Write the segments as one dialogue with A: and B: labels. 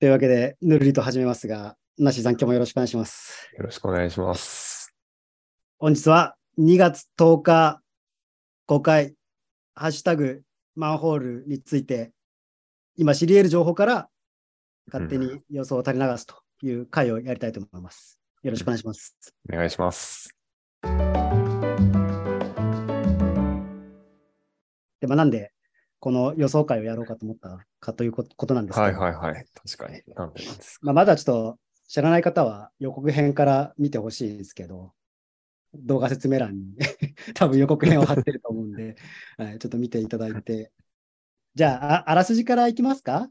A: というわけで、ぬるりと始めますが、なしさん、今日もよろしくお願いします。
B: よろしくお願いします。
A: 本日は2月10日公開、ハッシュタグマンホールについて、今知り得る情報から勝手に予想を垂れ流すという回をやりたいと思います。よろしくお願いします。
B: お願いします。
A: で、まあ、なんで、この予想会をやろうかと思ったかというこことなんですけど、
B: はいはいはい。確かに。なんでなんです
A: まあ、まだちょっと知らない方は予告編から見てほしいんですけど、動画説明欄に 多分予告編を貼ってると思うんで、 はい、ちょっと見ていただいて。じゃあ、ああらすじからいきますか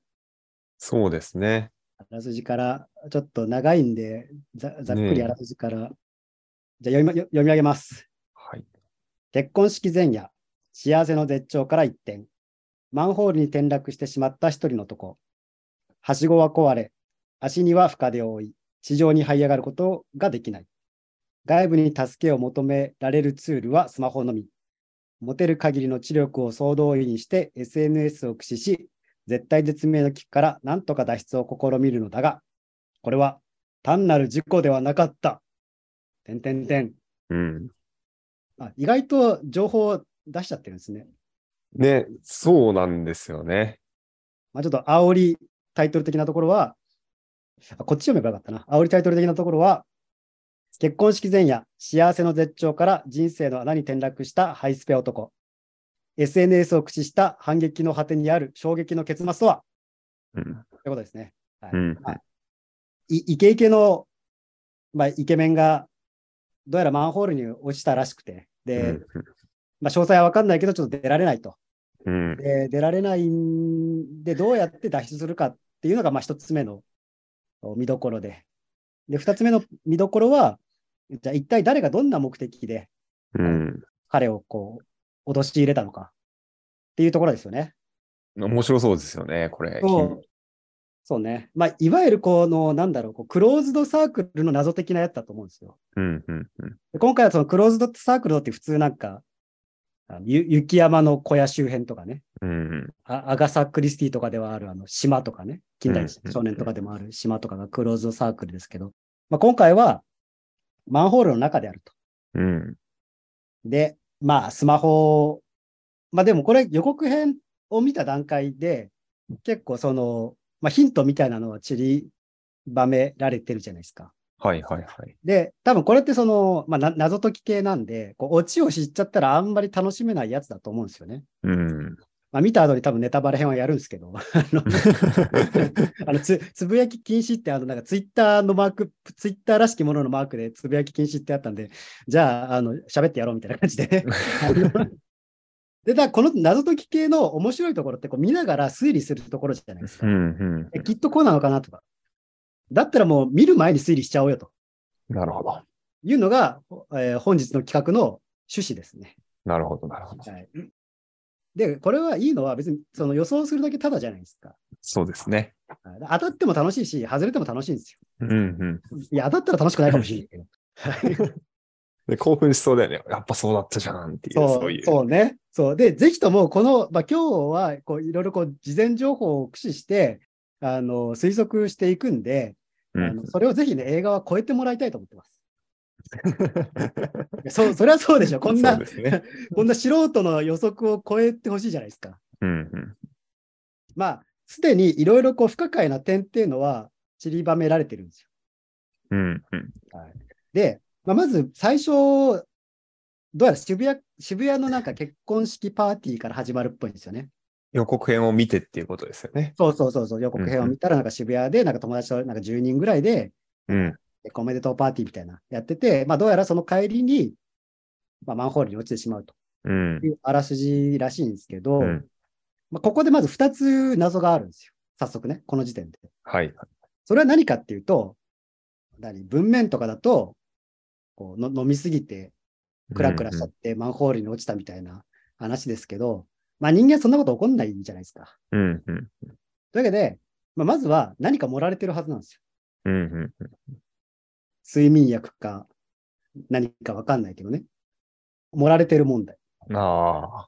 B: そうですね。
A: あらすじから、ちょっと長いんで、ざざっくりあらすじから。じゃあ読みまよ読み上げます。
B: はい。
A: 結婚式前夜、幸せの絶頂から一転、マンホールに転落してしまった一人の男。はしごは壊れ、足には深手を負い、地上に這い上がることができない。外部に助けを求められるツールはスマホのみ。持てる限りの知力を総動員にして SNS を駆使し、絶対絶命の危機から何とか脱出を試みるのだが、これは単なる事故ではなかった。てんてんてん。
B: うん。
A: あ意外と情報を出しちゃってるんですね。
B: ね、そうなんですよね。
A: まあ、ちょっと煽りタイトル的なところは、あこっち読めばよかったな。煽りタイトル的なところは、結婚式前夜、幸せの絶頂から人生の穴に転落したハイスペ男。SNS を駆使した反撃の果てにある衝撃の結末とは
B: うん。
A: ということですね。はい
B: うん。
A: いイケイケの、まあ、イケメンが、どうやらマンホールに落ちたらしくて、で、まあ、詳細は分かんないけど、ちょっと出られないと。
B: うん。うん
A: で出られないんで、どうやって脱出するかっていうのが、まあ、一つ目のお見どころで。で、二つ目の見どころは、じゃあ一体誰がどんな目的で
B: うん。
A: 彼をこう、脅し入れたのかっていうところですよね。
B: 面白そうですよね、これ。
A: そうそうね。まあ、いわゆるこの、なんだろう、こうクローズドサークルの謎的なやつだと思うんですよ。
B: うん。うん。うん。
A: で今回はそのクローズドサークルって普通なんか、あのゆ雪山の小屋周辺とかね、
B: うん。
A: あアガサ・クリスティとかではあるあの島とかね、近代
B: うん
A: 少年とかでもある島とかがクローズドサークルですけど、まあ、今回はマンホールの中であると。
B: うん。
A: で、まあスマホを、まあでもこれ予告編を見た段階で、結構その、まあ、ヒントみたいなのは散りばめられてるじゃないですか。
B: はいはいはい。
A: で、多分これってその、まあ、な謎解き系なんで、こうオチを知っちゃったらあんまり楽しめないやつだと思うんですよね。
B: うん。
A: まあ、見た後に多分ネタバレ編はやるんですけど、あ のあの つつぶやき禁止って、あのなんかツイッターのマーク、ツイッターらしきもののマークでつぶやき禁止ってあったんで、じゃあ、あの喋ってやろうみたいな感じで。あので、だからこの謎解き系の面白いところってこう見ながら推理するところじゃないです
B: う
A: か。
B: ん。うん。
A: えきっとこうなのかなとか。だったらもう見る前に推理しちゃおうよと
B: なるほど。
A: いうのが、ほえー本日の企画の趣旨ですね。
B: なるほど。なるほど。
A: はい、で、これはいいのは別にその予想するだけただじゃないですか。
B: そうですね。
A: はい当たっても楽しいし、外れても楽しいんですよ。
B: うん。うん。
A: いや、当たったら楽しくないかもしれないけど。
B: で、興奮しそうだよね。やっぱそうだったじゃん っていう、
A: そ
B: そうういう。
A: そうね。そう。で、ぜひとも、この、まあ、今日は、こう、いろいろ、こう、事前情報を駆使して、あの、推測していくんで、
B: う
A: あ
B: ん
A: の。それをぜひね、映画は超えてもらいたいと思ってます。いやそう、そりゃそうでしょ。こん
B: そ
A: な
B: う、ですね。
A: こんな素人の予測を超えてほしいじゃないですか。
B: うん。うん。
A: まあ、すでにいろいろ、こう、不可解な点っていうのは、散りばめられてるんですよ。
B: うん。うん。
A: で、まあ、まず最初、どうやら渋谷、渋谷のなんか結婚式パーティーから始まるっぽいんですよね。
B: 予告編を見てっていうことですよね。
A: そうそうそうそう、予告編を見たらなんか渋谷でなんか友達となんか10人ぐらいで
B: うん。
A: 結婚おめでとうパーティーみたいなやってて、まあ、どうやらその帰りに、まあ、マンホールに落ちてしまうと
B: うん
A: い。うあらすじらしいんですけど、
B: うん
A: まあ、ここでまず2つ謎があるんですよ。早速ね、この時点で。
B: はい。
A: それは何かっていうと、何文面とかだと、こうの飲みすぎてクラクラしちゃってマンホールに落ちたみたいな話ですけど、まあ人間そんなこと起こんないじゃないですか。
B: うん。う
A: と
B: ん。
A: いうわけで、まあ、まずは何か盛られてるはずなんですよ。
B: うん。うん。
A: 睡眠薬か何かわかんないけどね。盛られてる問題。
B: ああ。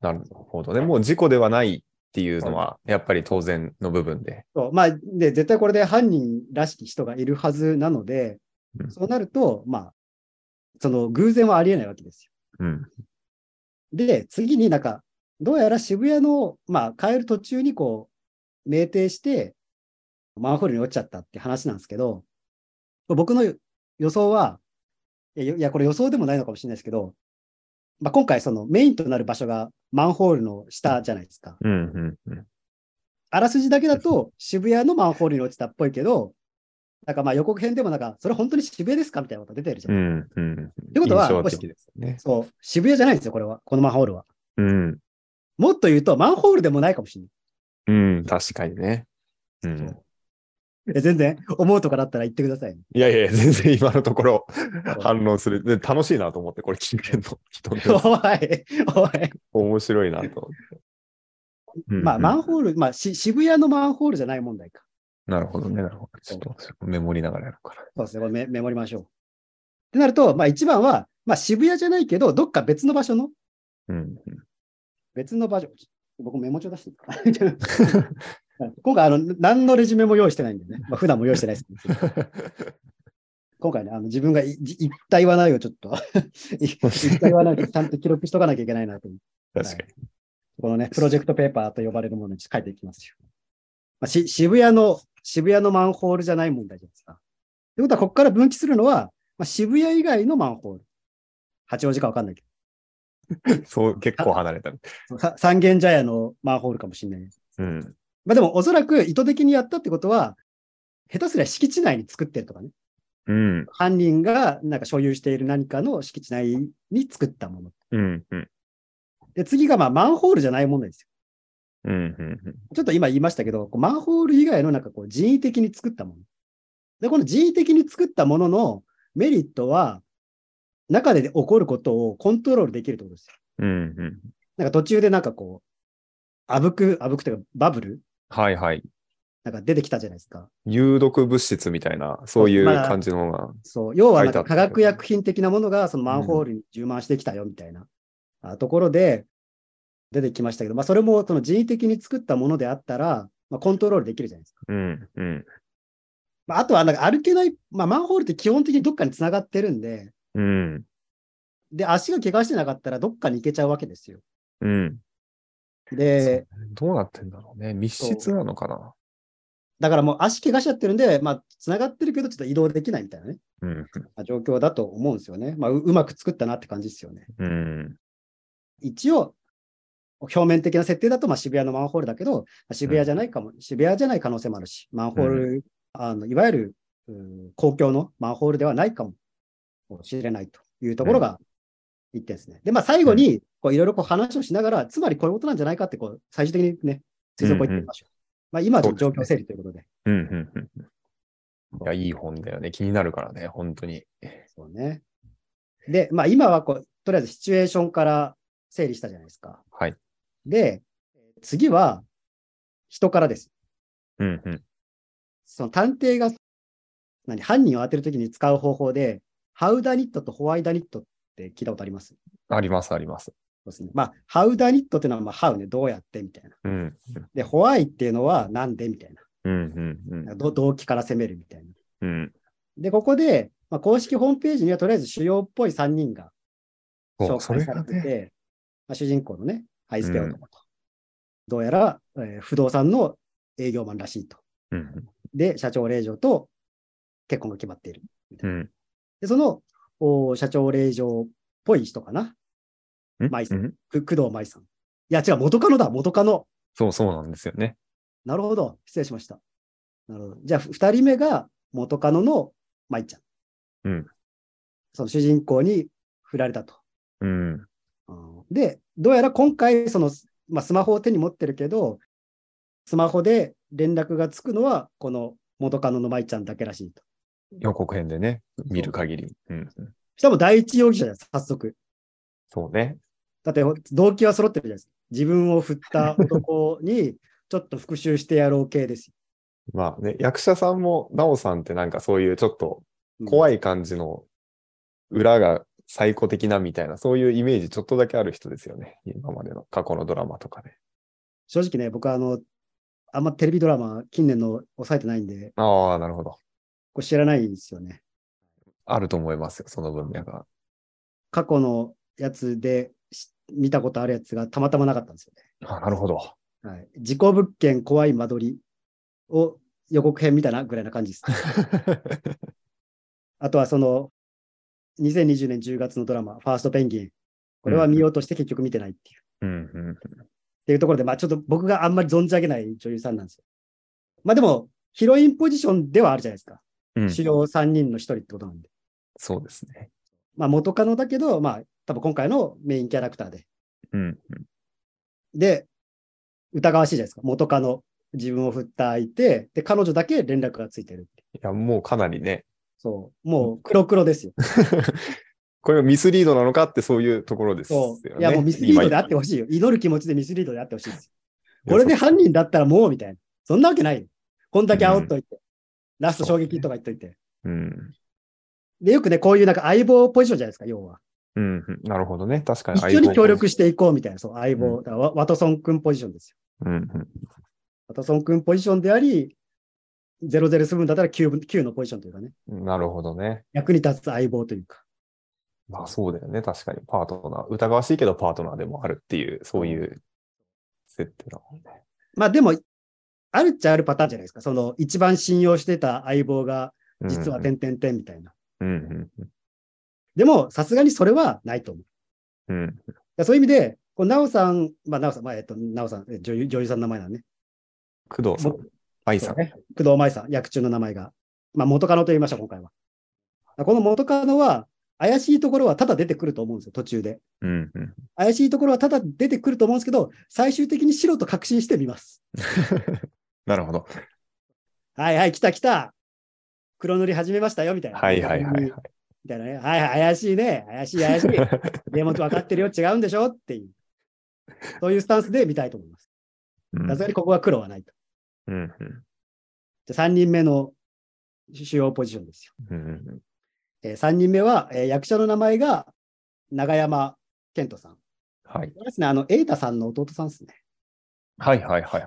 B: なるほどね。もう事故ではないっていうのは、やっぱり当然の部分で。
A: そうまあ、で、絶対これで犯人らしき人がいるはずなので、
B: うん
A: そうなると、まあ、その偶然はありえないわけですよ。
B: うん。
A: で、次になんか、どうやら渋谷の、まあ、帰る途中にこう、酩酊して、マンホールに落ちちゃったって話なんですけど、僕の予想は、いや、いやこれ予想でもないのかもしれないですけど、まあ、今回そのメインとなる場所がマンホールの下じゃないですか。
B: うん。うん。うん。
A: あらすじだけだと渋谷のマンホールに落ちたっぽいけど、なんかまあ予告編でもなんか、それ本当に渋谷ですかみたいなこと出てるじゃ。
B: うんん。うん。
A: てことは
B: 印象的ですよね。
A: そう、渋谷じゃないんですよ、これは。このマンホールは。
B: うん。
A: もっと言うと、マンホールでもないかもしれない。
B: うん。確かにね。う
A: そ
B: ん
A: う。 え全然、思うとかだったら言ってくださいね、
B: いやいやいや、全然今のところ
A: う
B: 反論する。で楽しいなと思って、これ聞いてんの。人のやつ
A: おい、おい。
B: 面白いなと思って。うん
A: まあ、マン
B: ー
A: ホール、まあし、渋谷のマンホールじゃない問題か。
B: ル。なるほどね。なるほど。ちょっとメモりながらやるから。
A: そうですね、これメメモりましょう。ってなると、まあ、一番は、まあ、渋谷じゃないけど、どっか別の場所の、
B: うん。
A: 別の場所、ちょ僕メモ帳出してるか 今回、あの、何のレジュメも用意してないんでね。まあ、普段も用意してないですけど。今回ね、あの自分がいじ言った言わないをちょっと い、言った言わないとちゃんと記録しとかなきゃいけないなという
B: 確かに。
A: このね、プロジェクトペーパーと呼ばれるものにちょっと書いていきますよ。まあ、し渋谷の、渋谷のマンホールじゃない問題じゃないですか。ということは、ここから分岐するのは、まあ、渋谷以外のマンホール。八王子かわかんないけ
B: そう、結構離れた。
A: ど、さ三軒茶屋のマンホールかもしれない。
B: うん。
A: まあでも、おそらく意図的にやったってことは、下手すりゃ敷地内に作ってるとかね。
B: うん。
A: 犯人がなんか所有している何かの敷地内に作ったもの。
B: うん。うん。
A: で、次がまあマンホールじゃない問題ですよ。
B: うん。うん。
A: ちょっと今言いましたけど、こうマンホール以外のなんかこう人為的に作ったもの。で、この人為的に作ったもののメリットは、中で起こることをコントロールできるってことですよ。
B: うん。うん。
A: なんか途中でなんかこう、あぶく、あぶくというかバブル
B: はいはい。
A: なんか出てきたじゃないですか。
B: 有毒物質みたいな、そういう感じのが。
A: そう。要はなんか
B: 書いてあった
A: 化学薬品的なものがそのマンホールに充満してきたよみたいな、あところで出てきましたけど、まあそれもその人為的に作ったものであったら、まあ、コントロールできるじゃないですか。
B: うん。うん。
A: まあ、あとはなんか歩けない、まあ、マンホールって基本的にどっかにつながってるんで、
B: うん。
A: で、足が怪我してなかったらどっかに行けちゃうわけですよ。
B: うん。
A: で、
B: どうなってんだろうね。密室なのかな。
A: だからもう足怪我しちゃってるんで、まあ、つながってるけど、ちょっと移動できないみたいなね、
B: うん。
A: まあ状況だと思うんですよね。まあ、ううまく作ったなって感じですよね。
B: うん。
A: 一応、表面的な設定だと、まあ、渋谷のマンホールだけど、まあ渋谷じゃないかも、渋谷じゃない可能性もあるし、マンホール、あのいわゆるうん公共のマンホールではないかもしれないというところが一点ですね。で、まあ、最後に、こういろいろこう話をしながら、つまりこういうことなんじゃないかって、こう、最終的にね、推測を言ってみましょう。まあ、今はちょっと状況整理ということで。
B: うん。うん。いや、いい本だよね。気になるからね、本当に。
A: そうね。で、まあ今はこう、とりあえずシチュエーションから整理したじゃないですか。
B: はい。
A: で、次は人からです。
B: うん。うん。
A: その探偵が何犯人を当てるときに使う方法で、ハウダニットとホワイダニットって聞いたことありますそ
B: あります、あります。
A: うですね。まあ、ハウダニットっていうのは、まあ、ハウね、どうやってみたいな。
B: うん。
A: で、ホワイっていうのは、なんでみたいな。
B: うん。う
A: なん
B: ん。
A: かど動機から攻めるみたいな。
B: うん。
A: で、ここで、まあ、公式ホームページにはとりあえず主要っぽい3人が
B: そ
A: 紹
B: う、そ
A: 介
B: れ
A: さ
B: が
A: れてて、
B: ね。
A: まあ、主人公のね、ハイスペ男と、どうやら、えー不動産の営業マンらしいと。
B: うん。
A: で、社長令嬢と結婚が決まっている。
B: うん。
A: で、そのお社長令嬢っぽい人かな、く工藤舞さん。いや、違う、元カノだ、元カノ。
B: そう、そうなんですよね。
A: なるほど、失礼しました。なるほど。じゃあ、2人目が元カノの舞ちゃん。
B: うん。
A: その主人公に振られたと。
B: う
A: う
B: ん。
A: んで、どうやら今回、その、まあ、スマホを手に持ってるけど、スマホで連絡がつくのは、この元カノの舞ちゃんだけらしいと。
B: 予告編でね、見る限り。うん。
A: しかも第一容疑者じゃん、早速。
B: そうね。
A: だって、動機は揃ってるじゃないですか。自分を振った男に、 ちょっと復讐してやろう系ですよ。
B: まあね、役者さんも、なおさんってなんかそういうちょっと怖
A: い。
B: い感じの裏が最古的なみたいな、そういうイメージちょっとだけある人ですよね。今までの過去のドラマとかで。
A: 正直ね、僕はあの、あんまテレビドラマ、近年の抑えてないんで、
B: ああ、なるほど。
A: これ知らないんですよね。
B: あると思いますよ、その文脈が。
A: 過去のやつでし見たことあるやつがたまたまなかったんですよ
B: あなるほど。
A: ね。はい。事故物件怖い間取りを予告編見たなぐらいな感じです。 あとはその、2020年10月のドラマ、ファーストペンギン。これは見ようとして結局見てないっていう。
B: うんうん。
A: っていうところで、まあちょっと僕があんまり存じ上げない女優さんなんですよ。まあでも、ヒロインポジションではあるじゃないですか。
B: うん、
A: 主要3人の1人ってことなんで。
B: そうですね。
A: まあ元カノだけど、まあ多分今回のメインキャラクターで。
B: うん。
A: で、疑わしいじゃないですか。元カノ、自分を振った相手、で、彼女だけ連絡がついてるって。
B: いや、もうかなりね、
A: そう。もう黒黒 ですよ。
B: これがミスリードなのかってそういうところですよ
A: そ
B: ね。
A: う。いや、もうミスリードであって
B: も
A: ほしいよ。祈る気持ちでミスリードであってほしいです。これで犯人だったらもうみたいな。そんなわけないよ。こんだけ煽っといて。ラスト衝撃とか言っといて。
B: うん。
A: で、よくね、こういうなんか相棒ポジションじゃないですか、要は。
B: うんうん。なるほどね。確かに
A: 一緒に協力
B: し
A: していこうみたいな、そう、相棒。
B: う
A: だからワワトソン君ポジションですよ。
B: うんうん。
A: ワトソン君ポジションであり、007だったら 9, 分9のポジションというかね、
B: なるほどね。
A: 役に立つ相棒というか。
B: まあそうだよね。確かにパートナー。疑わしいけどパートナーでもあるっていう、そういう設定だもんね。
A: まあでも、あるっちゃあるパターンじゃないですか。その、一番信用してた相棒が、
B: うん
A: 実は、点々点みたいな。
B: うんうん
A: でも、さすがにそれはないと思う。
B: うん。うん。
A: だからそういう意味で、こう、なおさん、まあ、なおさん、まあ、えっと、なおさん、え女優、女優さんの名前なんね。
B: 工藤さん
A: も。
B: 愛さん。
A: ね工藤舞さん、役中の名前が。まあ、元カノと言いました、今回は。この元カノは、怪しいところはただ出てくると思うんですよ、途中で。
B: うんうん。
A: 怪しいところはただ出てくると思うんですけど、最終的に白と確信してみます。
B: なるほど。
A: はいはい、来た来た。黒塗り始めましたよ、みたいな。
B: はいはいはい、は
A: みたいなね。はいはい、怪しいね。怪しい 怪しい。
B: い。
A: でも分かってるよ、違うんでしょっていう。そういうスタンスで見たいと思います。
B: うん
A: さすがにここは黒はないと。
B: うん
A: じゃ3人目の主要ポジションですよ。
B: うんうん
A: え3人目は、えー役者の名前が永山健人さん。こ
B: はい
A: れですね、あの、瑛太さんの弟さんですね。
B: はいはいはいはい。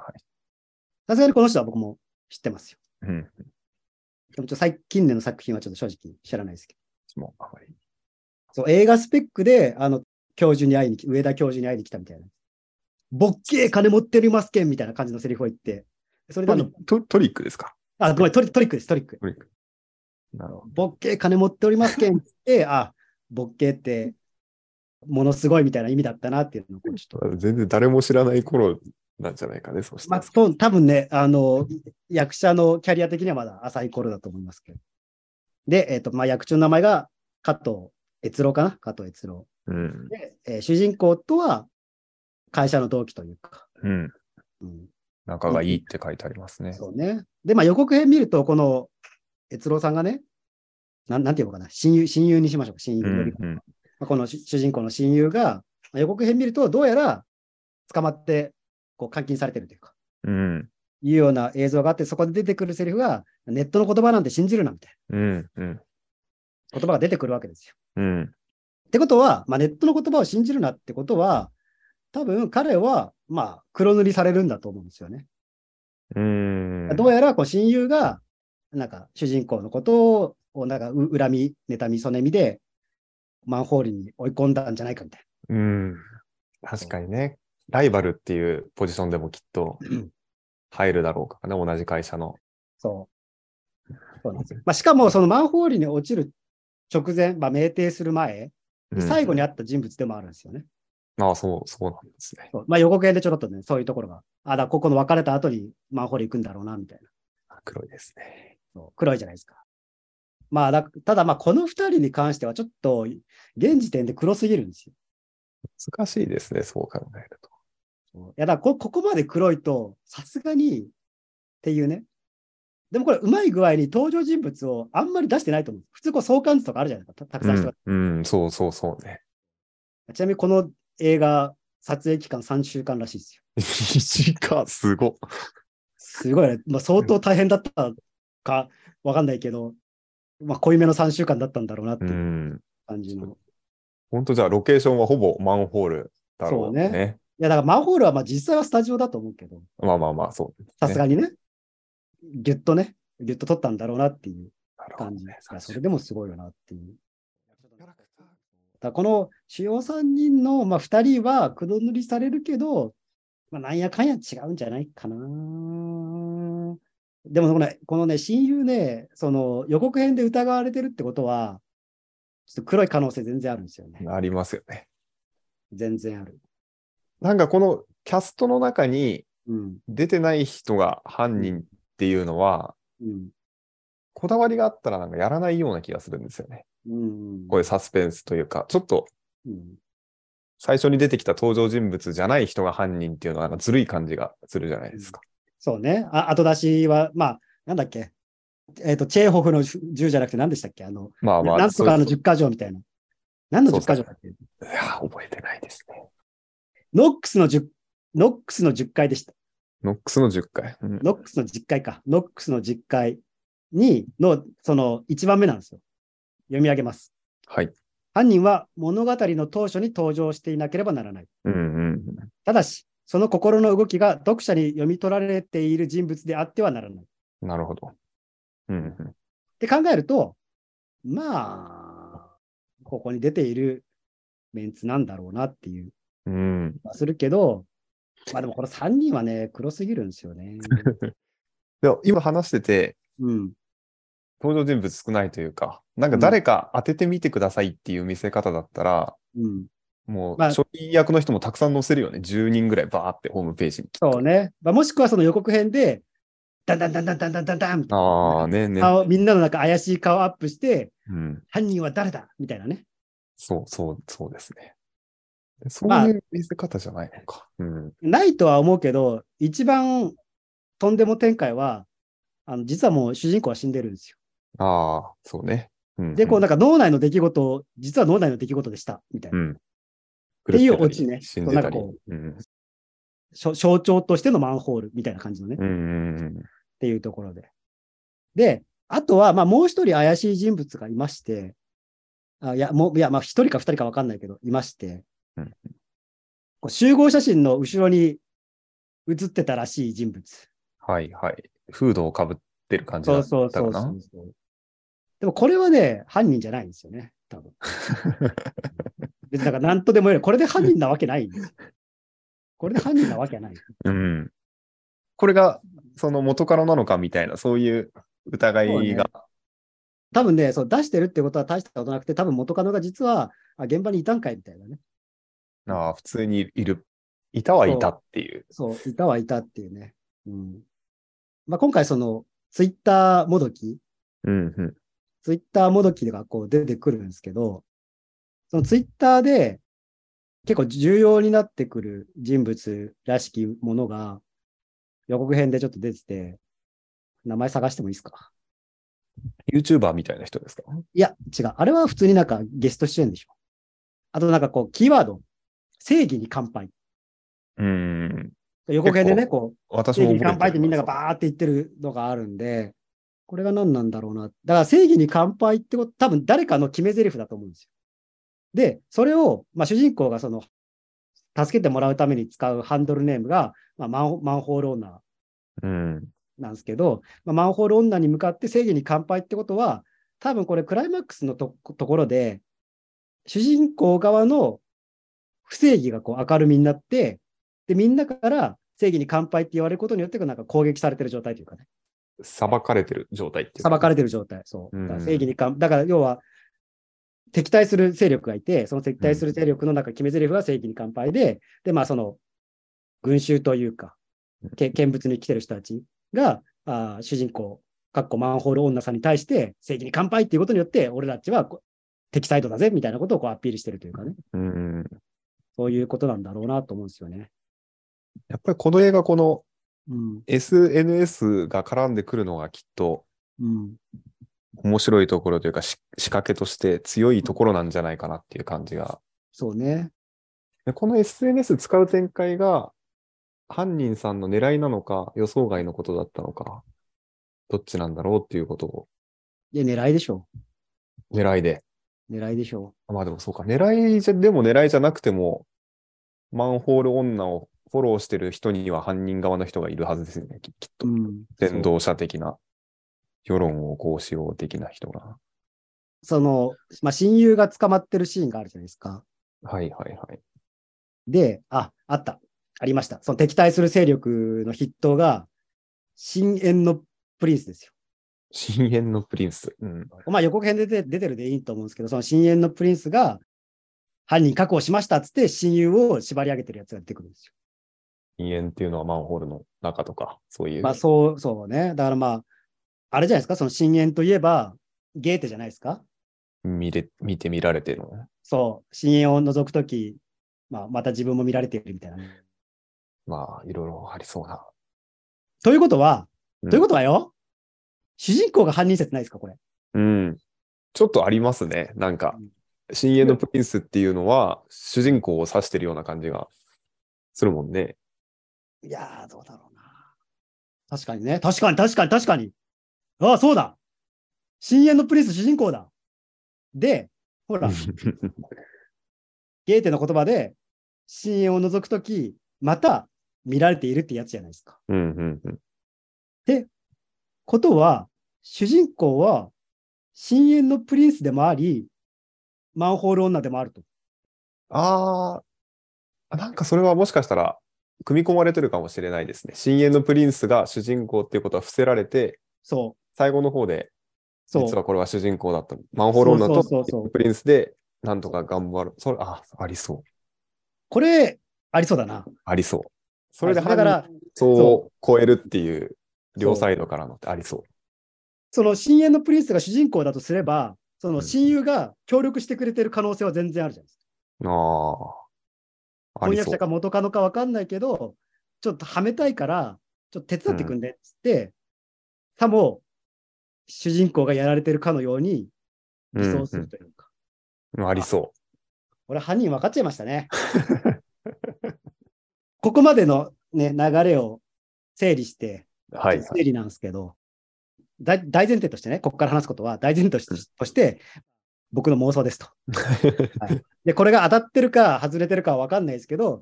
A: さすがにこの人は僕も知ってますよ。
B: うん。
A: でもちょっと最近年の作品はちょっと正直知らないですけど。
B: もうあまり。
A: そう、映画スペックで、あの、教授に会いに来、上田教授に会いに来たみたいな。ボッケー金持ってりますけんみたいな感じのセリフを言って、それで
B: ト
A: あ
B: リ
A: の、
B: ックトトリックですか
A: あ、ごめん、トリトリックです、トリック。
B: トリック。なるほど。
A: ボッケー金持っておりますけんって、 あ、ボッケーって、ものすごいみたいな意味だったなっていうのをこうちょっ
B: 全然誰も知らない頃なんじゃないかね、そし
A: と。
B: た
A: ま
B: ら
A: あ、そう多分ね、あの、役者のキャリア的にはまだ浅い頃だと思いますけど。で、えっ、と、まあ、役中の名前が加藤悦郎かな加藤悦郎。
B: うん。
A: で、えー主人公とは会社の同期というか。
B: うん。
A: うん、
B: 仲がいいって書いてありますね。
A: そうね。で、まあ、予告編見ると、この悦郎さんがね、なんなんていうのかな親友、親友にしましょうか。親友
B: う
A: より
B: ん
A: も
B: うん。
A: まあこの主主人公の親友が、まあ予告編見ると、どうやら捕まってこう監禁されてるというか、
B: うん。
A: いうような映像があって、そこで出てくるセリフが、ネットの言葉なんて信じるなみたい
B: うん。うん。
A: な言葉が出てくるわけですよ。
B: うん。
A: ってことは、まあ、ネットの言葉を信じるなってことは、多分彼は、まあ、黒塗りされるんだと思うんですよね。
B: うん。
A: どうやらこう親友が、なんか主人公のことを、なんかう恨み、妬み、そねみで、マンホールに追い込んだんじゃないかみたいな。
B: うん。確かにね。ライバルっていうポジションでもきっと
A: うん
B: 入るだろうからね、同じ会社の。
A: そう。そうなんですよまあ、しかも、そのマンホールに落ちる直前、まあ、酩酊する前、
B: うん
A: 最後に会った人物でもあるんですよね。
B: ああ、そう、そうなんですね。
A: そうまあ、予告編でちょろっとね、そういうところが、あ、だ、ここの別れた後にマンホール行くんだろうな、みたいな。
B: 黒いですね。
A: そう黒いじゃないですか。まあだ、ただ、まあ、この二人に関しては、ちょっと、現時点で黒すぎるんですよ。
B: 難しいですね、そう考えると。
A: いや、だからこ、ここまで黒いと、さすがに、っていうね。でもこれ、うまい具合に登場人物をあんまり出してないと思う。普通、こう、相関図とかあるじゃないですか。たたくさん人が
B: うん、うん、そうそうそうね。
A: ちなみにこの映画、撮影期間3週間らしいですよ。
B: 虹か、すごっ。
A: すごいね。まあ、相当大変だったかわかんないけど、まあ、濃いめの3週間だったんだろうなって
B: う。
A: いうん感じの。
B: 本当じゃあ、ロケーションはほぼマンホールだろうね。
A: そうねいや、だからマンホールはまあ実際はスタジオだと思うけど、
B: まあまあまあ、そう、
A: さすがにね、ぎゅっとね、ぎゅっと取ったんだろうなっていう
B: なるほど
A: 感じ。い
B: ね。
A: やそれでもすごいよなっていう。だからこの主要3人の、まあ、2人は黒塗りされるけど、まあ、なんやかんや違うんじゃないかな。でもこの、このね、親友ね、その予告編で疑われてるってことは、ちょっと黒い可能性全然あるんですよね。
B: ありますよね。
A: 全然ある。
B: なんかこのキャストの中に
A: うん。
B: 出てない人が犯人っていうのは、
A: うん。
B: こだわりがあったらなんかやらないような気がするんですよね。
A: うん。
B: こういうサスペンスというか、ちょっと
A: うん
B: 最初に出てきた登場人物じゃない人が犯人っていうのはなんかずるい感じがするじゃないですか。
A: そうね。あ後出しは、まあ、なんだっけ。えっ、と、チェーホフの銃じゃなくて何でしたっけあの、
B: まあまあ、
A: なんとかの
B: そう
A: 10か条みたいな。何の
B: そう
A: 10か条だっけ
B: いや、覚えてないですね。
A: ノックスの10、ノックスの10回でした。
B: ノックスの10回。うん
A: ノックスの10回か。ノックスの10回に、の、その1番目なんですよ。読み上げます。
B: はい。
A: 犯人は物語の当初に登場していなければならない。
B: うんうん。
A: ただし、その心の動きが読者に読み取られている人物であってはならない。っ
B: なるほど。うんうん。
A: て考えると、まあ、ここに出ているメンツなんだろうなっていう
B: うん、
A: まあするけど、まあでもこの3人はね、黒すぎるんですよ ね。
B: でも今話してて、
A: うん。
B: 登場人物少ないというか、なんか誰か当ててみてくださいっていう見せ方だったら、
A: うん。
B: もう、
A: まあ
B: 処理役の人もたくさん載せるよね。10人ぐらいバーってホームページに。
A: そうね。まあ、もしくはその予告編で、ダンダンダンダンダンダンダンダンみたいな
B: ああ、ねね。
A: 顔みんなの中怪しい顔アップして、
B: うん。
A: 犯人は誰だみたいなね。
B: そう、そう、そうですね。そ
A: まあ
B: ういう見せ方じゃないのか。うん。
A: ないとは思うけど、一番とんでも展開は、あの実はもう主人公は死んでるんですよ。
B: ああ、そうね。うん、
A: で、こう
B: な
A: なんか脳内の出来事を、実は脳内の出来事でした、みたいな。
B: うん。
A: ていうオチね
B: 死んでたり。
A: そううんしょ象徴としてのマンホールみたいな感じのね。
B: うんうん
A: っていうところで。で、あとは、まあ、もう一人怪しい人物がいまして、あいや、もう、いや、まあ、一人か二人か分かんないけど、いまして、
B: うん
A: こう集合写真の後ろに写ってたらしい人物。
B: はいはい。フードをかぶってる感じ
A: そ
B: だ
A: う
B: った
A: そうそ
B: か
A: うそ
B: な
A: う。でも、これはね、犯人じゃないんですよね、多分。別に、だから、なんとでもより、これで犯人なわけないんですよ。これで犯人なわけ ない。
B: うん。これが、その元カノなのかみたいな、そういう疑
A: そうね
B: いが。
A: 多分ね、そう出してるってことは大したことなくて、多分元カノが実は、あ現場にいたんかいみたいなね。
B: ああ、普通にいる。いたはいたっていう。
A: そう、いたはいたっていうね。うん。まあ、今回、その、ツイッターもどき、
B: うんうん。
A: ツイッターもどきがこう出てくるんですけど、そのツイッターで結構重要になってくる人物らしきものが予告編でちょっと出てて、名前探してもいいですか
B: YouTuber みたいな人ですか
A: いや、違う。あれは普通になんかゲスト出演でしょ。あとなんかこう、キーワード、正義に乾杯。
B: うん。
A: 予告編でね、
B: 結
A: こう、
B: 私
A: 正
B: も
A: 義に
B: 覚えてる
A: 乾杯ってみんながバーって言ってるのがあるんで、これが何なんだろうな。だから正義に乾杯ってこと、多分誰かの決め台詞だと思うんですよ。で、それを、まあ、主人公がその、助けてもらうために使うハンドルネームが、まあ、マンマンホール女
B: うん。
A: なんですけど、まあ、マンホール女に向かって正義に乾杯ってことは、多分これクライマックスのとこところで、主人公側の不正義がこう明るみになって、で、みんなから正義に乾杯って言われることによって、なんか攻撃されてる状態というかね、
B: 裁かれてる状態っていう
A: 裁かれ
B: れ
A: てる状態。そう。
B: うん
A: だから正義に乾杯。だから要は、敵対する勢力がいて、その敵対する勢力の中、決め台詞が正義に乾杯で、で、まあその、群衆というか、け見物に来てる人たちが、あー主人公、かっこマンホール女さんに対して、正義に乾杯っていうことによって、俺たちはこう敵サイドだぜ、みたいなことをこうアピールしてるというかね、
B: うん。
A: そういうことなんだろうなと思うんですよね。
B: やっぱりこの映画、この
A: うん。
B: SNS が絡んでくるのがきっと
A: うん。
B: 面白いところというかし仕掛けとして強いところなんじゃないかなっていう感じが。
A: そうね。
B: でこの SNS 使う展開が犯人さんの狙いなのか予想外のことだったのか、どっちなんだろうっていうことを
A: いや、狙いでしょ
B: 狙いで。
A: う。狙いでしょ
B: まあでもそうか、狙いじゃ、でも狙いじゃなくてもマンホール女をフォローしてる人には犯人側の人がいるはずですよね、ききっと。
A: うん、
B: 伝道者的な、世論をこうしよう的な人が。
A: その、まあ、親友が捕まってるシーンがあるじゃないですか。
B: はいはいはい。
A: で、あ、あった。ありました。その敵対する勢力の筆頭が、深淵のプリンスですよ。
B: 深淵のプリンス。うん。
A: まあ、予告編で出て出てるでいいと思うんですけど、その深淵のプリンスが、犯人確保しましたっつって、親友を縛り上げてるやつが出てくるんですよ。
B: 深淵っていうのはマンホールの中とか、そういう。
A: まあ、そう、そうね。だからまあ、あれじゃないですか、その深淵といえば、ゲーテじゃないですか。
B: 見れ、見て見られてるのね。
A: そう、深淵を覗くとき、まあ、また自分も見られているみたいなね。
B: まあ、いろいろありそうな。
A: ということは、
B: うん
A: ということはよ、主人公が犯人説ないですか、これ。
B: うん。ちょっとありますね。なんか
A: うん、
B: 深淵のプリンスっていうのは、主人公を指してるような感じがするもんね。
A: いやー、どうだろうな。確かにね。確かに、確かに、確かに。ああ、そうだ。深淵のプリンス主人公だ。で、ほら、ゲーテの言葉で、深淵を覗くとき、また見られているってやつじゃないですか。
B: うんうんうん。
A: ことは、主人公は、深淵のプリンスでもあり、マンホール女でもあると。
B: ああ、なんかそれはもしかしたら、組み込まれてるかもしれないですね。深淵のプリンスが主人公っていうことは伏せられて、
A: そう。
B: 最後の方で、
A: そう。
B: 実はこれは主人公だった。マンホール女と
A: そうそうそうそう
B: プリンスで、なんとか頑張る。それ、あ、ありそう。
A: これ、ありそうだな。
B: ありそう。それで
A: だ
B: 犯
A: か
B: 人
A: ら、
B: そう超えるっていう、両
A: そう
B: サイドからのってありそう。
A: その深淵のプリンスが主人公だとすれば、その
B: うん
A: 親友が協力してくれてる可能性は全然あるじゃないですか。
B: ああ。あり
A: 翻訳
B: そう
A: 者。か元カノか分かんないけど、ちょっとはめたいから、ちょっと手伝ってくんでっつって、さも主人公がやられてるかのように
B: う
A: 偽
B: ん
A: 装するというか。
B: うんありそ
A: 俺、犯人分かっちゃいました ね。ここまでの、ね、流れを整理して、
B: う。はいはい。
A: 整理なんですけど、大大前提としてね、ここから話すことは大前提とし
B: うん
A: として、僕の妄想 ですと。で、これが当たってるか外れてるかは分かんないですけど、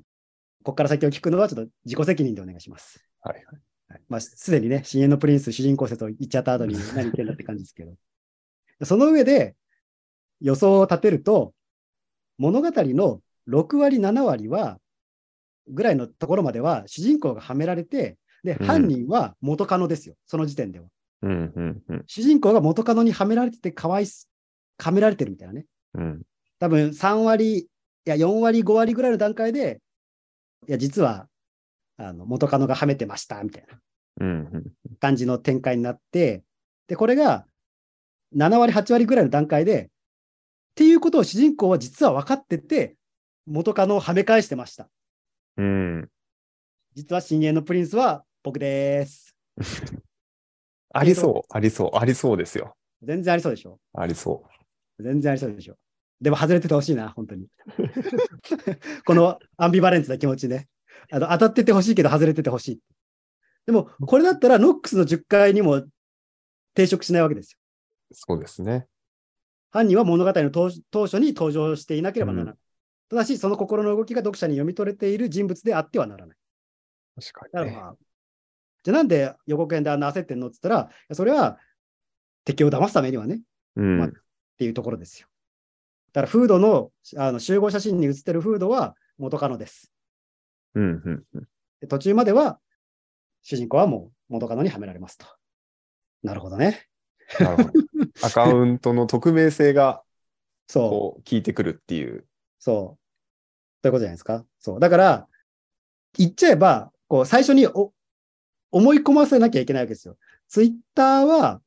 A: ここから先を聞くのはちょっと自己責任でお願いします。
B: はい
A: はいまあ、すでにね、深淵のプリンス主人公説を言っちゃった後に何言ってんだって感じですけど。その上で予想を立てると、物語の6割、7割は、ぐらいのところまでは主人公がはめられて、で、
B: うん
A: 犯人は元カノですよ、その時点では。
B: うんうんうん
A: 主人公が元カノにはめられてて、かわいす、はめられてるみたいなね。
B: うん。
A: 多分3割、いや4割、5割ぐらいの段階で、いや、実は、あの、元カノがはめてました、みたいな
B: うんうん。
A: 感じの展開になって、で、これが7割、8割ぐらいの段階で、っていうことを主人公は実は分かってて、元カノをはめ返してました。
B: うん。
A: 実は深淵のプリンスは僕です。
B: ありそう。ありそう。ありそうですよ。
A: 全然ありそうでしょ
B: ありそ
A: 全然ありそうでしょでも外れててほしいな、本当に。 このアンビバレンスな気持ちね。あの当たっててほしいけど外れててほしい。でも、これだったらノックスの10回にも抵触しないわけですよ。
B: う。そうですね。
A: 犯人は物語の当当初に登場していなければならない。ただし、その心の動きが読者に読み取れている人物であってはならない。
B: 確
A: だか
B: かに、
A: ら
B: ね
A: ま。あ、じゃあなんで予告編であんな焦ってんのって言ったらいや、それは敵を騙すためにはね、
B: うん。
A: まあっていうところですよ。だから、フードのあの集合写真に写ってるフードは元カノです。
B: うんうん。
A: で途中までは、主人公はもう元カノにはめられますと。なるほどね。
B: なるほど。アカウントの匿名性が、
A: そう、
B: こう、効いてくるっていう。
A: そう。ということじゃないですか。そう。だから、言っちゃえば、こう、最初にお思い込ませなきゃいけないわけですよ。ツイッターは、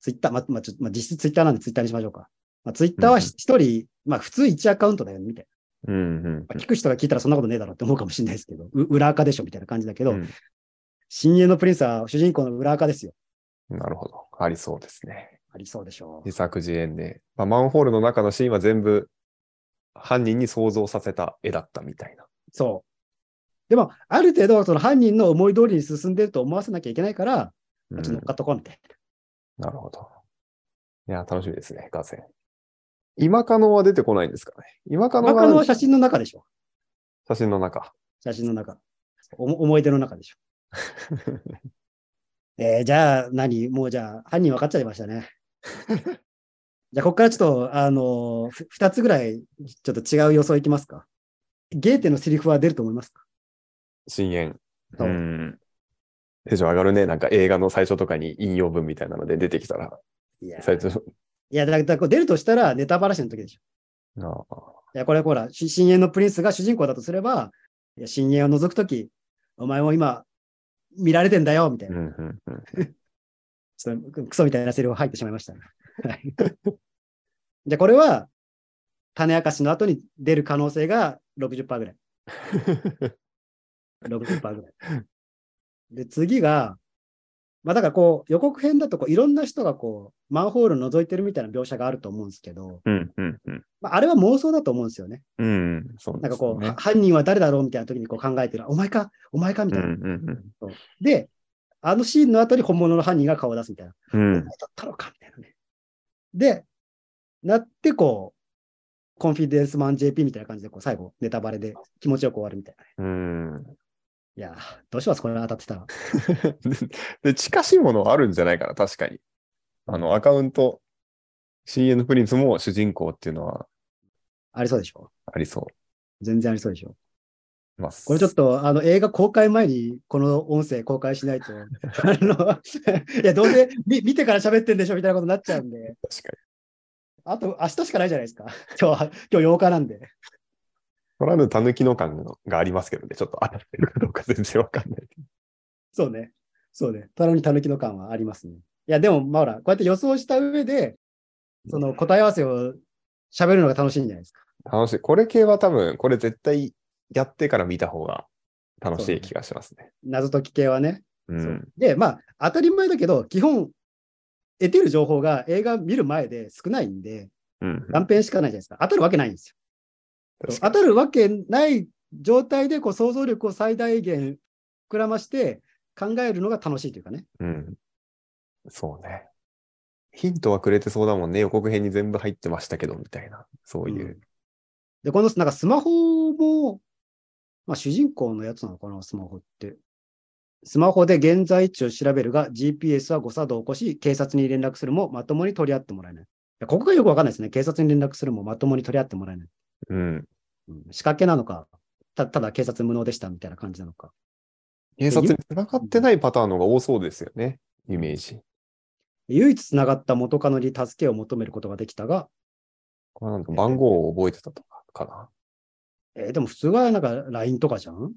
A: ツイッター、ま、ま、ちょま実質ツイッターなんでツイッターにしましょうか。まツイッターは一人、まあ、普通1アカウントだよね、みたいな。
B: うんう
A: ま
B: ん
A: あ聞く人が聞いたらそんなことねえだろうって思うかもしれないですけど、う裏垢でしょみたいな感じだけ
B: う
A: ど、
B: ん。
A: 深淵のプリンスは主人公の裏垢ですよ。
B: なるほど。ありそうですね。
A: ありそうでしょう
B: 自。作自演で。まあ、マンホールの中のシーンは全部、犯人に想像させた絵だったみたいな。
A: そう。でも、ある程度、その犯人の思い通りに進んでると思わせなきゃいけないから、
B: う
A: あ
B: ん
A: っち乗っかっとこうみたい
B: なるほど。いや、楽しみですね、ガゼン。今カノは出てこないんですかね。今カ
A: な。
B: ノ
A: マ
B: が
A: カロンは写真の中でしょ。
B: 写真の 中。
A: 写真の中。おも思い出の中でしょ。えーじゃあ何もうじゃあ犯人分かっちゃいました ね。じゃあここからちょっと、あのー、2つぐらいちょっと違う予想いきますか。ゲーテのセリフは出ると思いますか
B: 深淵。。
A: そううん
B: テンション上がるね。なんか映画の最初とかに引用文みたいなので出てきたら、
A: いや、
B: 最初。
A: いやだからだからこう出るとしたらネタバラシの時でしょ。
B: あ
A: いや、これほら、し深淵のプリンスが主人公だとすれば、いや深淵を除くとき、お前も今、見られてんだよ、みたい
B: うん
A: な。
B: うんうん。
A: ちょっとクソみたいなセリフが入ってしまいました。はい。じゃあ、これは、種明かしの後に出る可能性が60%ぐらい。60%ぐらい。で、次が、まあ、だからこう、予告編だとこう、いろんな人がこう、マンホールを覗いてるみたいな描写があると思うんですけど、
B: うんうんうん。
A: まあ、あれは妄想だと思うんですよね。
B: うん、そう
A: なん
B: で
A: か
B: すよ
A: こう、
B: ね
A: は犯人は誰だろうみたいな時にこう考えてる。お前かお前かみ
B: う
A: たいな、
B: んうん
A: で、あのシーンの後に本物の犯人が顔を出すみたいな。
B: うん。う
A: お
B: ん
A: 前だったのかみたいなね。で、なってこう、コンフィデンスマン JP みたいな感じでこう最後ネタバレで気持ちよく終わるみたいなね。
B: うん。
A: いやー、どうしますこれ当たってたら。
B: で、近しいものはあるんじゃないかな、確かに。あの、アカウント、CN プリンスも主人公っていうのは
A: ありそうでしょ
B: ありそ
A: 全然ありそうでしょ
B: う。ます
A: これちょっとあの映画公開前にこの音声公開しないと、あの、 いや、どうせ見見てから喋ってんでしょみたいなことになっちゃうんで。
B: 確かに。
A: あと、明日しかないじゃないですか。 今日は、今日8日なんで。
B: 取らぬ狸の感がありますけどね、ちょっと当たってるかどうか全然わかんない。
A: そうね。そうね。虎に狸の感はありますね。いや、でも、まあ、ほら、こうやって予想した上で、その答え合わせを喋るのが楽しいんじゃないですか。
B: 楽しい。これ系は多分、これ絶対やってから見た方が楽しい気がしますね。
A: 謎解き系はね。
B: う。
A: そうんで、まあ、当たり前だけど、基本、得てる情報が映画見る前で少ないんで、
B: うん。
A: 断片しかないじゃないですか。当たるわけないんですよ。
B: 確か
A: 当たるわけない状態で、こう、想像力を最大限膨らまして、考えるのが楽しいというかね。
B: にうん。そうね。ヒントはくれてそうだもんね。予告編に全部入ってましたけど、みたいな。そういう。
A: んで、このなんかスマホも、まあ、主人公のやつなのかな、スマホって。スマホで現在位置を調べるが、GPS は誤作動を起こし、警察に連絡するもまともに取り合ってもらえない。いやここがよくわかんないですね。警察に連絡するもまともに取り合ってもらえない。
B: うん。
A: うん仕掛けなのか、たただ警察無能でしたみたいな感じなのか。
B: 警察に繋がってないパターンの方が多そうですよね。イメージ。
A: 唯一つながった元カノに助けを求めることができたが、
B: これはなんか番号を覚えてたとか、かな。
A: えーでも普通はなんか LINE とかじゃん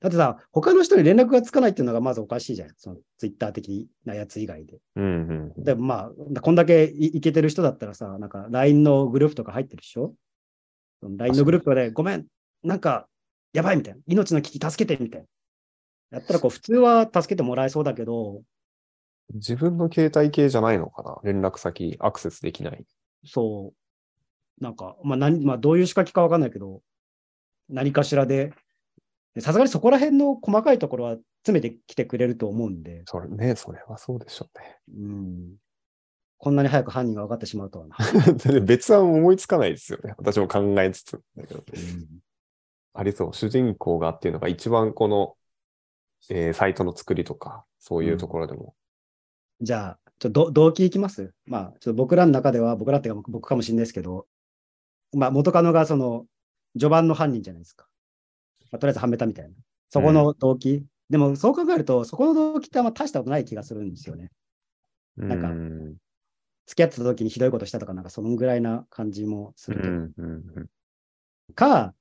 A: だってさ、他の人に連絡がつかないっていうのがまずおかしいじゃん。その Twitter 的なやつ以外で。
B: うんうん。
A: でもまあ、こんだけいいけてる人だったらさ、なんか LINE のグループとか入ってるでしょその ?LINE のグループとかで、ごめん、なんか、やばいみたいな。命の危機助けてみたいな。やったら、こう、普通は助けてもらえそうだけど、
B: 自分の携帯系じゃないのかな。連絡先、アクセスできない。
A: そう、なんか、まあ何、まあ、どういう仕掛けかわかんないけど、何かしらで、さすがにそこら辺の細かいところは詰めてきてくれると思うんで、
B: それね、それはそうでしょうね。
A: うん。こんなに早く犯人が分かってしまうとはな。
B: で別案思いつかないですよね。私も考えつつ。だけどありそう。主人公がっていうのが一番この、えーサイトの作りとか、そういうところでも。
A: じゃあ、ちょっとど動機いきますまあ、ちょっと僕らの中では、僕らっていうか僕僕かもしれないですけど、まあ、元カノがその、序盤の犯人じゃないですか。まあ、とりあえずはめたみたいな。そこの動機。でも、そう考えると、そこの動機ってあんま大したことない気がするんですよね。
B: うん
A: なんか
B: うん
A: 付き合ってた時にひどいことしたとか、なんかそのぐらいな感じもするけど。
B: うんうん
A: か、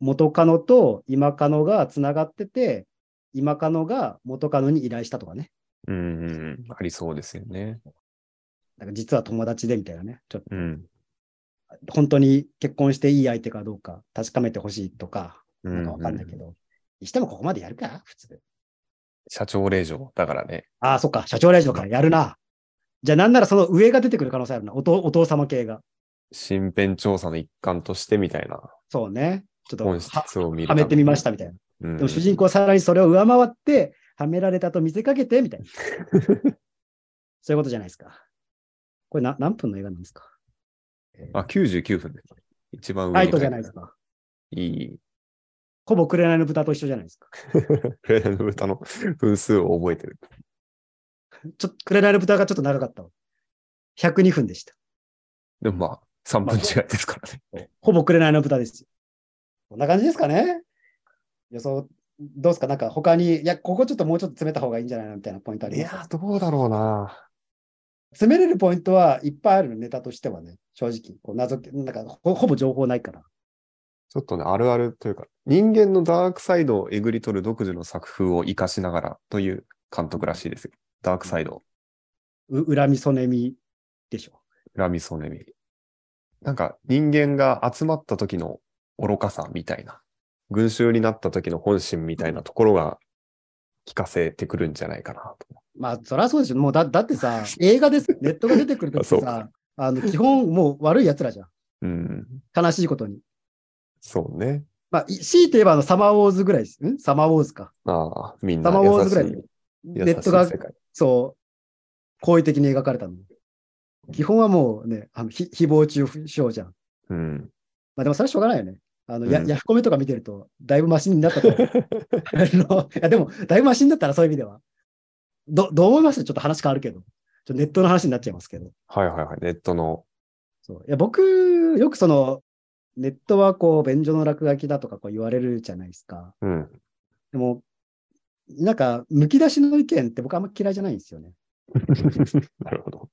A: 元カノと今カノがつながってて、今カノが元カノに依頼したとかね。
B: うんうんありそうですよね。
A: なんか実は友達でみたいなね。ちょっと
B: うん。
A: 本当に結婚していい相手かどうか確かめてほしいとか、なんかわかんないけ
B: うう
A: ど、にしてもここまでやるか普通。
B: 社長令嬢だからね。
A: ああ、そっか、社長令嬢か、やるな。じゃあなんならその上が出てくる可能性あるな、お父お父様系が。
B: 身辺調査の一環としてみたいな
A: そうね。ちょっと
B: 本
A: は
B: 質を見る
A: は
B: たに。
A: めてみましたみたいな。
B: うん。
A: でも主人公はさらにそれを上回って、はめられたと見せかけてみ たいな。そういうことじゃないですか。これな何分の映画なんですか
B: あ、99分です。一番上
A: アイ
B: に
A: コ
B: 書
A: じ
B: て
A: ゃ
B: あ
A: ない
B: る
A: ですか。
B: いい
A: ほぼ紅の豚と一緒じゃないですか。
B: 紅の豚の分数を覚えてる。
A: ちょっと、紅の豚がちょっと長かったわ。102分でした。
B: でもまあ、3分違いですからね。
A: ほぼ紅の豚ですよ。こんな感じですかね予想、どうですかなんか他に、いや、ここちょっともうちょっと詰めた方がいいんじゃないのみたいなポイントあり
B: い
A: ます
B: やー、どうだろうな。
A: 詰めれるポイントはいっぱいあるの、ネタとしてはね。正直。こう謎解き、なんかほほぼ情報ないから。
B: ちょっとね、あるあるというか、人間のダークサイドをえぐり取る独自の作風を生かしながらという監督らしいですよ。ダークサイド、
A: う恨み、そねみでしょ。
B: ラミソネミ。なんか人間が集まった時の愚かさみたいな、群衆になった時の本心みたいなところが聞かせてくるんじゃないかなと。
A: まあ、そりゃそうでしょ。もうだ、だってさ、映画 です。ネットが出てくるとき
B: そう
A: さ、あの、基本もう悪い奴らじゃん。
B: うん、
A: 悲しいことに。
B: そうね。
A: まあ、い強いて言えばあの、サマーウォーズぐらいです。んサマーウォーズか。
B: ああ、みん
A: サ
B: な
A: マーウォー
B: 優
A: ズ
B: し
A: ぐらい
B: い
A: に。
B: 優
A: ネ
B: しい
A: ットが
B: 世、界。
A: そう、好意的に描かれたの。基本はもうね、あのひ誹謗中傷じゃん。
B: うん。
A: まあでもそれはしょうがないよね。あの、や
B: うん
A: ヤフコメとか見てると、だいぶマシンになった と思う。あのいやでも、だいぶマシンだったらそういう意味では。どどう思いますちょっと話変わるけど。ちょっとネットの話になっちゃいますけど。
B: はいはいはい。ネットの。
A: そういや僕、よくその、ネットはこう、便所の落書きだとかこう言われるじゃないですか。
B: うん。
A: でも、なんか、むき出しの意見って僕あんま嫌いじゃないんですよね。
B: なるほど。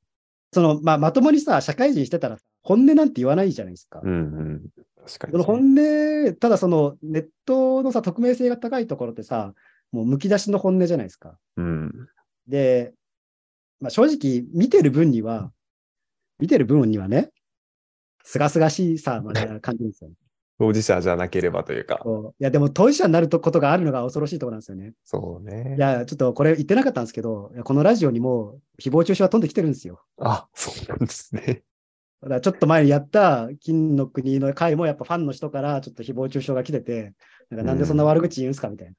A: その、まあ、まともにさ、社会人してたら本音なんて言わないじゃないですか。
B: うんうん。確かに、
A: その本音、ただそのネットのさ、匿名性が高いところってさ、もうむき出しの本音じゃないですか。
B: うん。
A: で、まあ、正直、見てる分には、見てる分にはね、すがすがしいさ、まあ、感じるんですよね。
B: 当事者じゃなければというか。
A: こういや、でも当事者になるとことがあるのが恐ろしいところなんですよね。
B: そうね
A: い。や、ちょっとこれ言ってなかったんですけど、いやこのラジオにも誹謗中傷は飛んできてるんですよ。
B: あ、そうなんですね。
A: だからちょっと前にやった金の国の会もやっぱファンの人からちょっと誹謗中傷が来てて、なんかなんでそんな悪口言うんすかみたいな。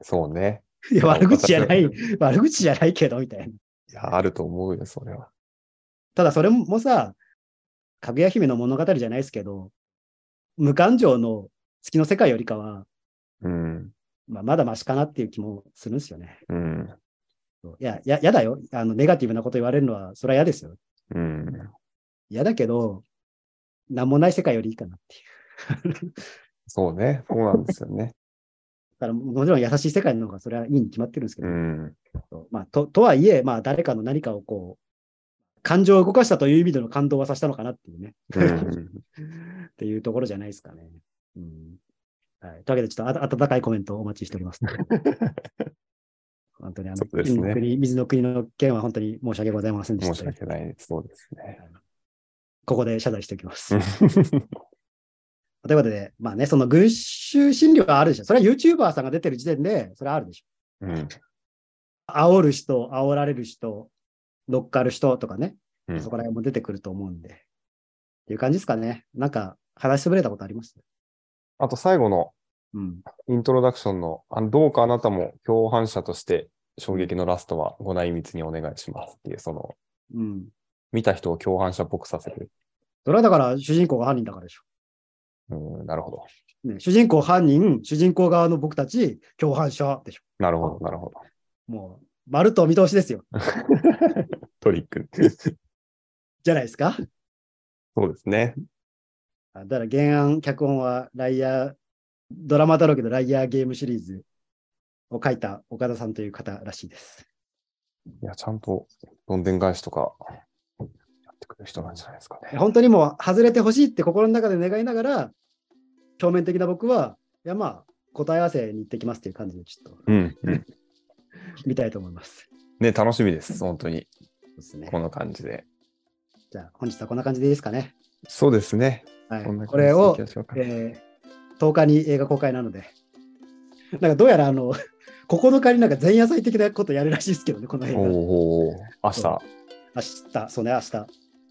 B: そうね。
A: いや、
B: なんか
A: 悪口じゃない
B: 私、
A: 悪口じゃないけど、みたいな。
B: いや、あると思うよ、それは。
A: ただそれもさ、かぐや姫の物語じゃないですけど、無感情の月の世界よりかは、
B: うん。
A: まあ、まだマシかなっていう気もするんですよね。
B: うん。
A: いや、や、やだよ。あの、ネガティブなこと言われるのは、それは嫌ですよ。
B: うん。
A: 嫌だけど、なんもない世界よりいいかなっていう。
B: そうね。そうなんですよね。
A: だからもちろん優しい世界の方がそれはいいに決まってるんですけ
B: う
A: ど、
B: ん。
A: まあ、ととはいえ、まあ、誰かの何かをこう、感情を動かしたという意味での感動はさせたのかなっていうね、
B: うん、
A: っていうところじゃないですかね。うんはい、というわけで、ちょっとあ温かいコメントをお待ちしております。本当にあの、
B: そうです
A: 水
B: ね
A: の国水の国の件は本当に申し訳ございませんで
B: 申
A: し。
B: した訳ない。そうです ね。
A: ここで謝罪しておきます。
B: うん
A: ということで、まあね、その群衆心理はあるでしょ。それは YouTuber さんが出てる時点で、それはあるでしょ。
B: うん。
A: 煽る人、煽られる人、乗っかる人とかね、
B: うん
A: そこら辺も出てくると思うんで。っていう感じですかね。なんか、話しぶれたことあります
B: あと最後の
A: うん。
B: イントロダクションの、あのどうかあなたも共犯者として衝撃のラストはご内密にお願いしますっていう、その、
A: うん。
B: 見た人を共犯者っぽくさせる。
A: それはだから、主人公が犯人だからでし
B: うん、なるほど。
A: ょ。ね、主人公犯人、主人公側の僕たち、共犯者でしょ。
B: なるほど、なるほど。
A: もう、まるとお見通しですよ。
B: トリック。
A: じゃないですか。
B: そうですね。
A: あだから、原案、脚本は、ライヤー、ドラマだろうけど、ライヤーゲームシリーズを書いた岡田さんという方らしいです。
B: いや、ちゃんと、どんでん返しとか、やってくる人なんじゃないですかね。
A: 本当にもう外れてほしいって心の中で願いながら、表面的な僕は、いやまあ、答え合わせに行ってきますっていう感じで、ちょっと
B: うん、うん。
A: 見たいと思います。
B: ね、楽しみです。本当に。
A: そうですね
B: こ。の感じで。
A: じゃあ、本日はこんな感じでいいですかね。
B: そうですね。
A: はい、
B: んな
A: こ
B: 感じで
A: れ
B: い
A: を
B: き、ましょうか
A: えー10日に映画公開なので、なんかどうやら、あの、9日になんか前夜祭的なことやるらしいですけどね、この映画。
B: おー
A: 明
B: おーおー明
A: そ
B: 日。
A: 日、そうね、明日、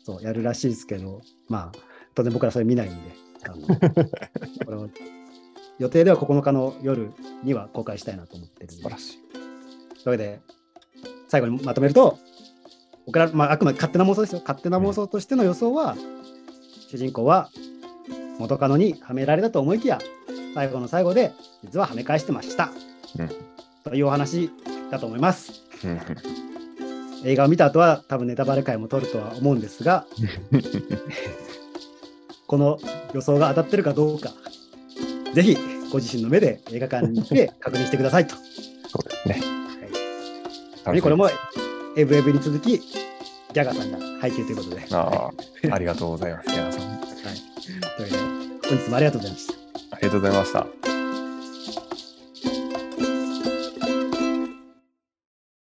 A: そう、やるらしいですけど、まあ、当然僕らそれ見ないんで、あ のこれを予定では9日の夜には公開したいなと思ってるんで
B: 素晴らしい。
A: というわけで、最後にまとめると、僕ら、まあ、あくまで勝手な妄想ですよ。勝手な妄想としての予想は、主人公は元カノにはめられたと思いきや、最後の最後で実は跳ね返してました、
B: うん
A: というお話だと思います
B: うん
A: 映画を見た後は多分ネタバレ会も取るとは思うんです がこの予想が当たってるかどうかぜひご自身の目で映画館に行って確認してくださいと。
B: そうですね。
A: はいこれもエブエブに続きギャガーさんが配給ということで。
B: ああ、ありがとうございます。皆さん、
A: と
B: あ
A: いうわけで本日もありがとうございました。
B: りがとうございました。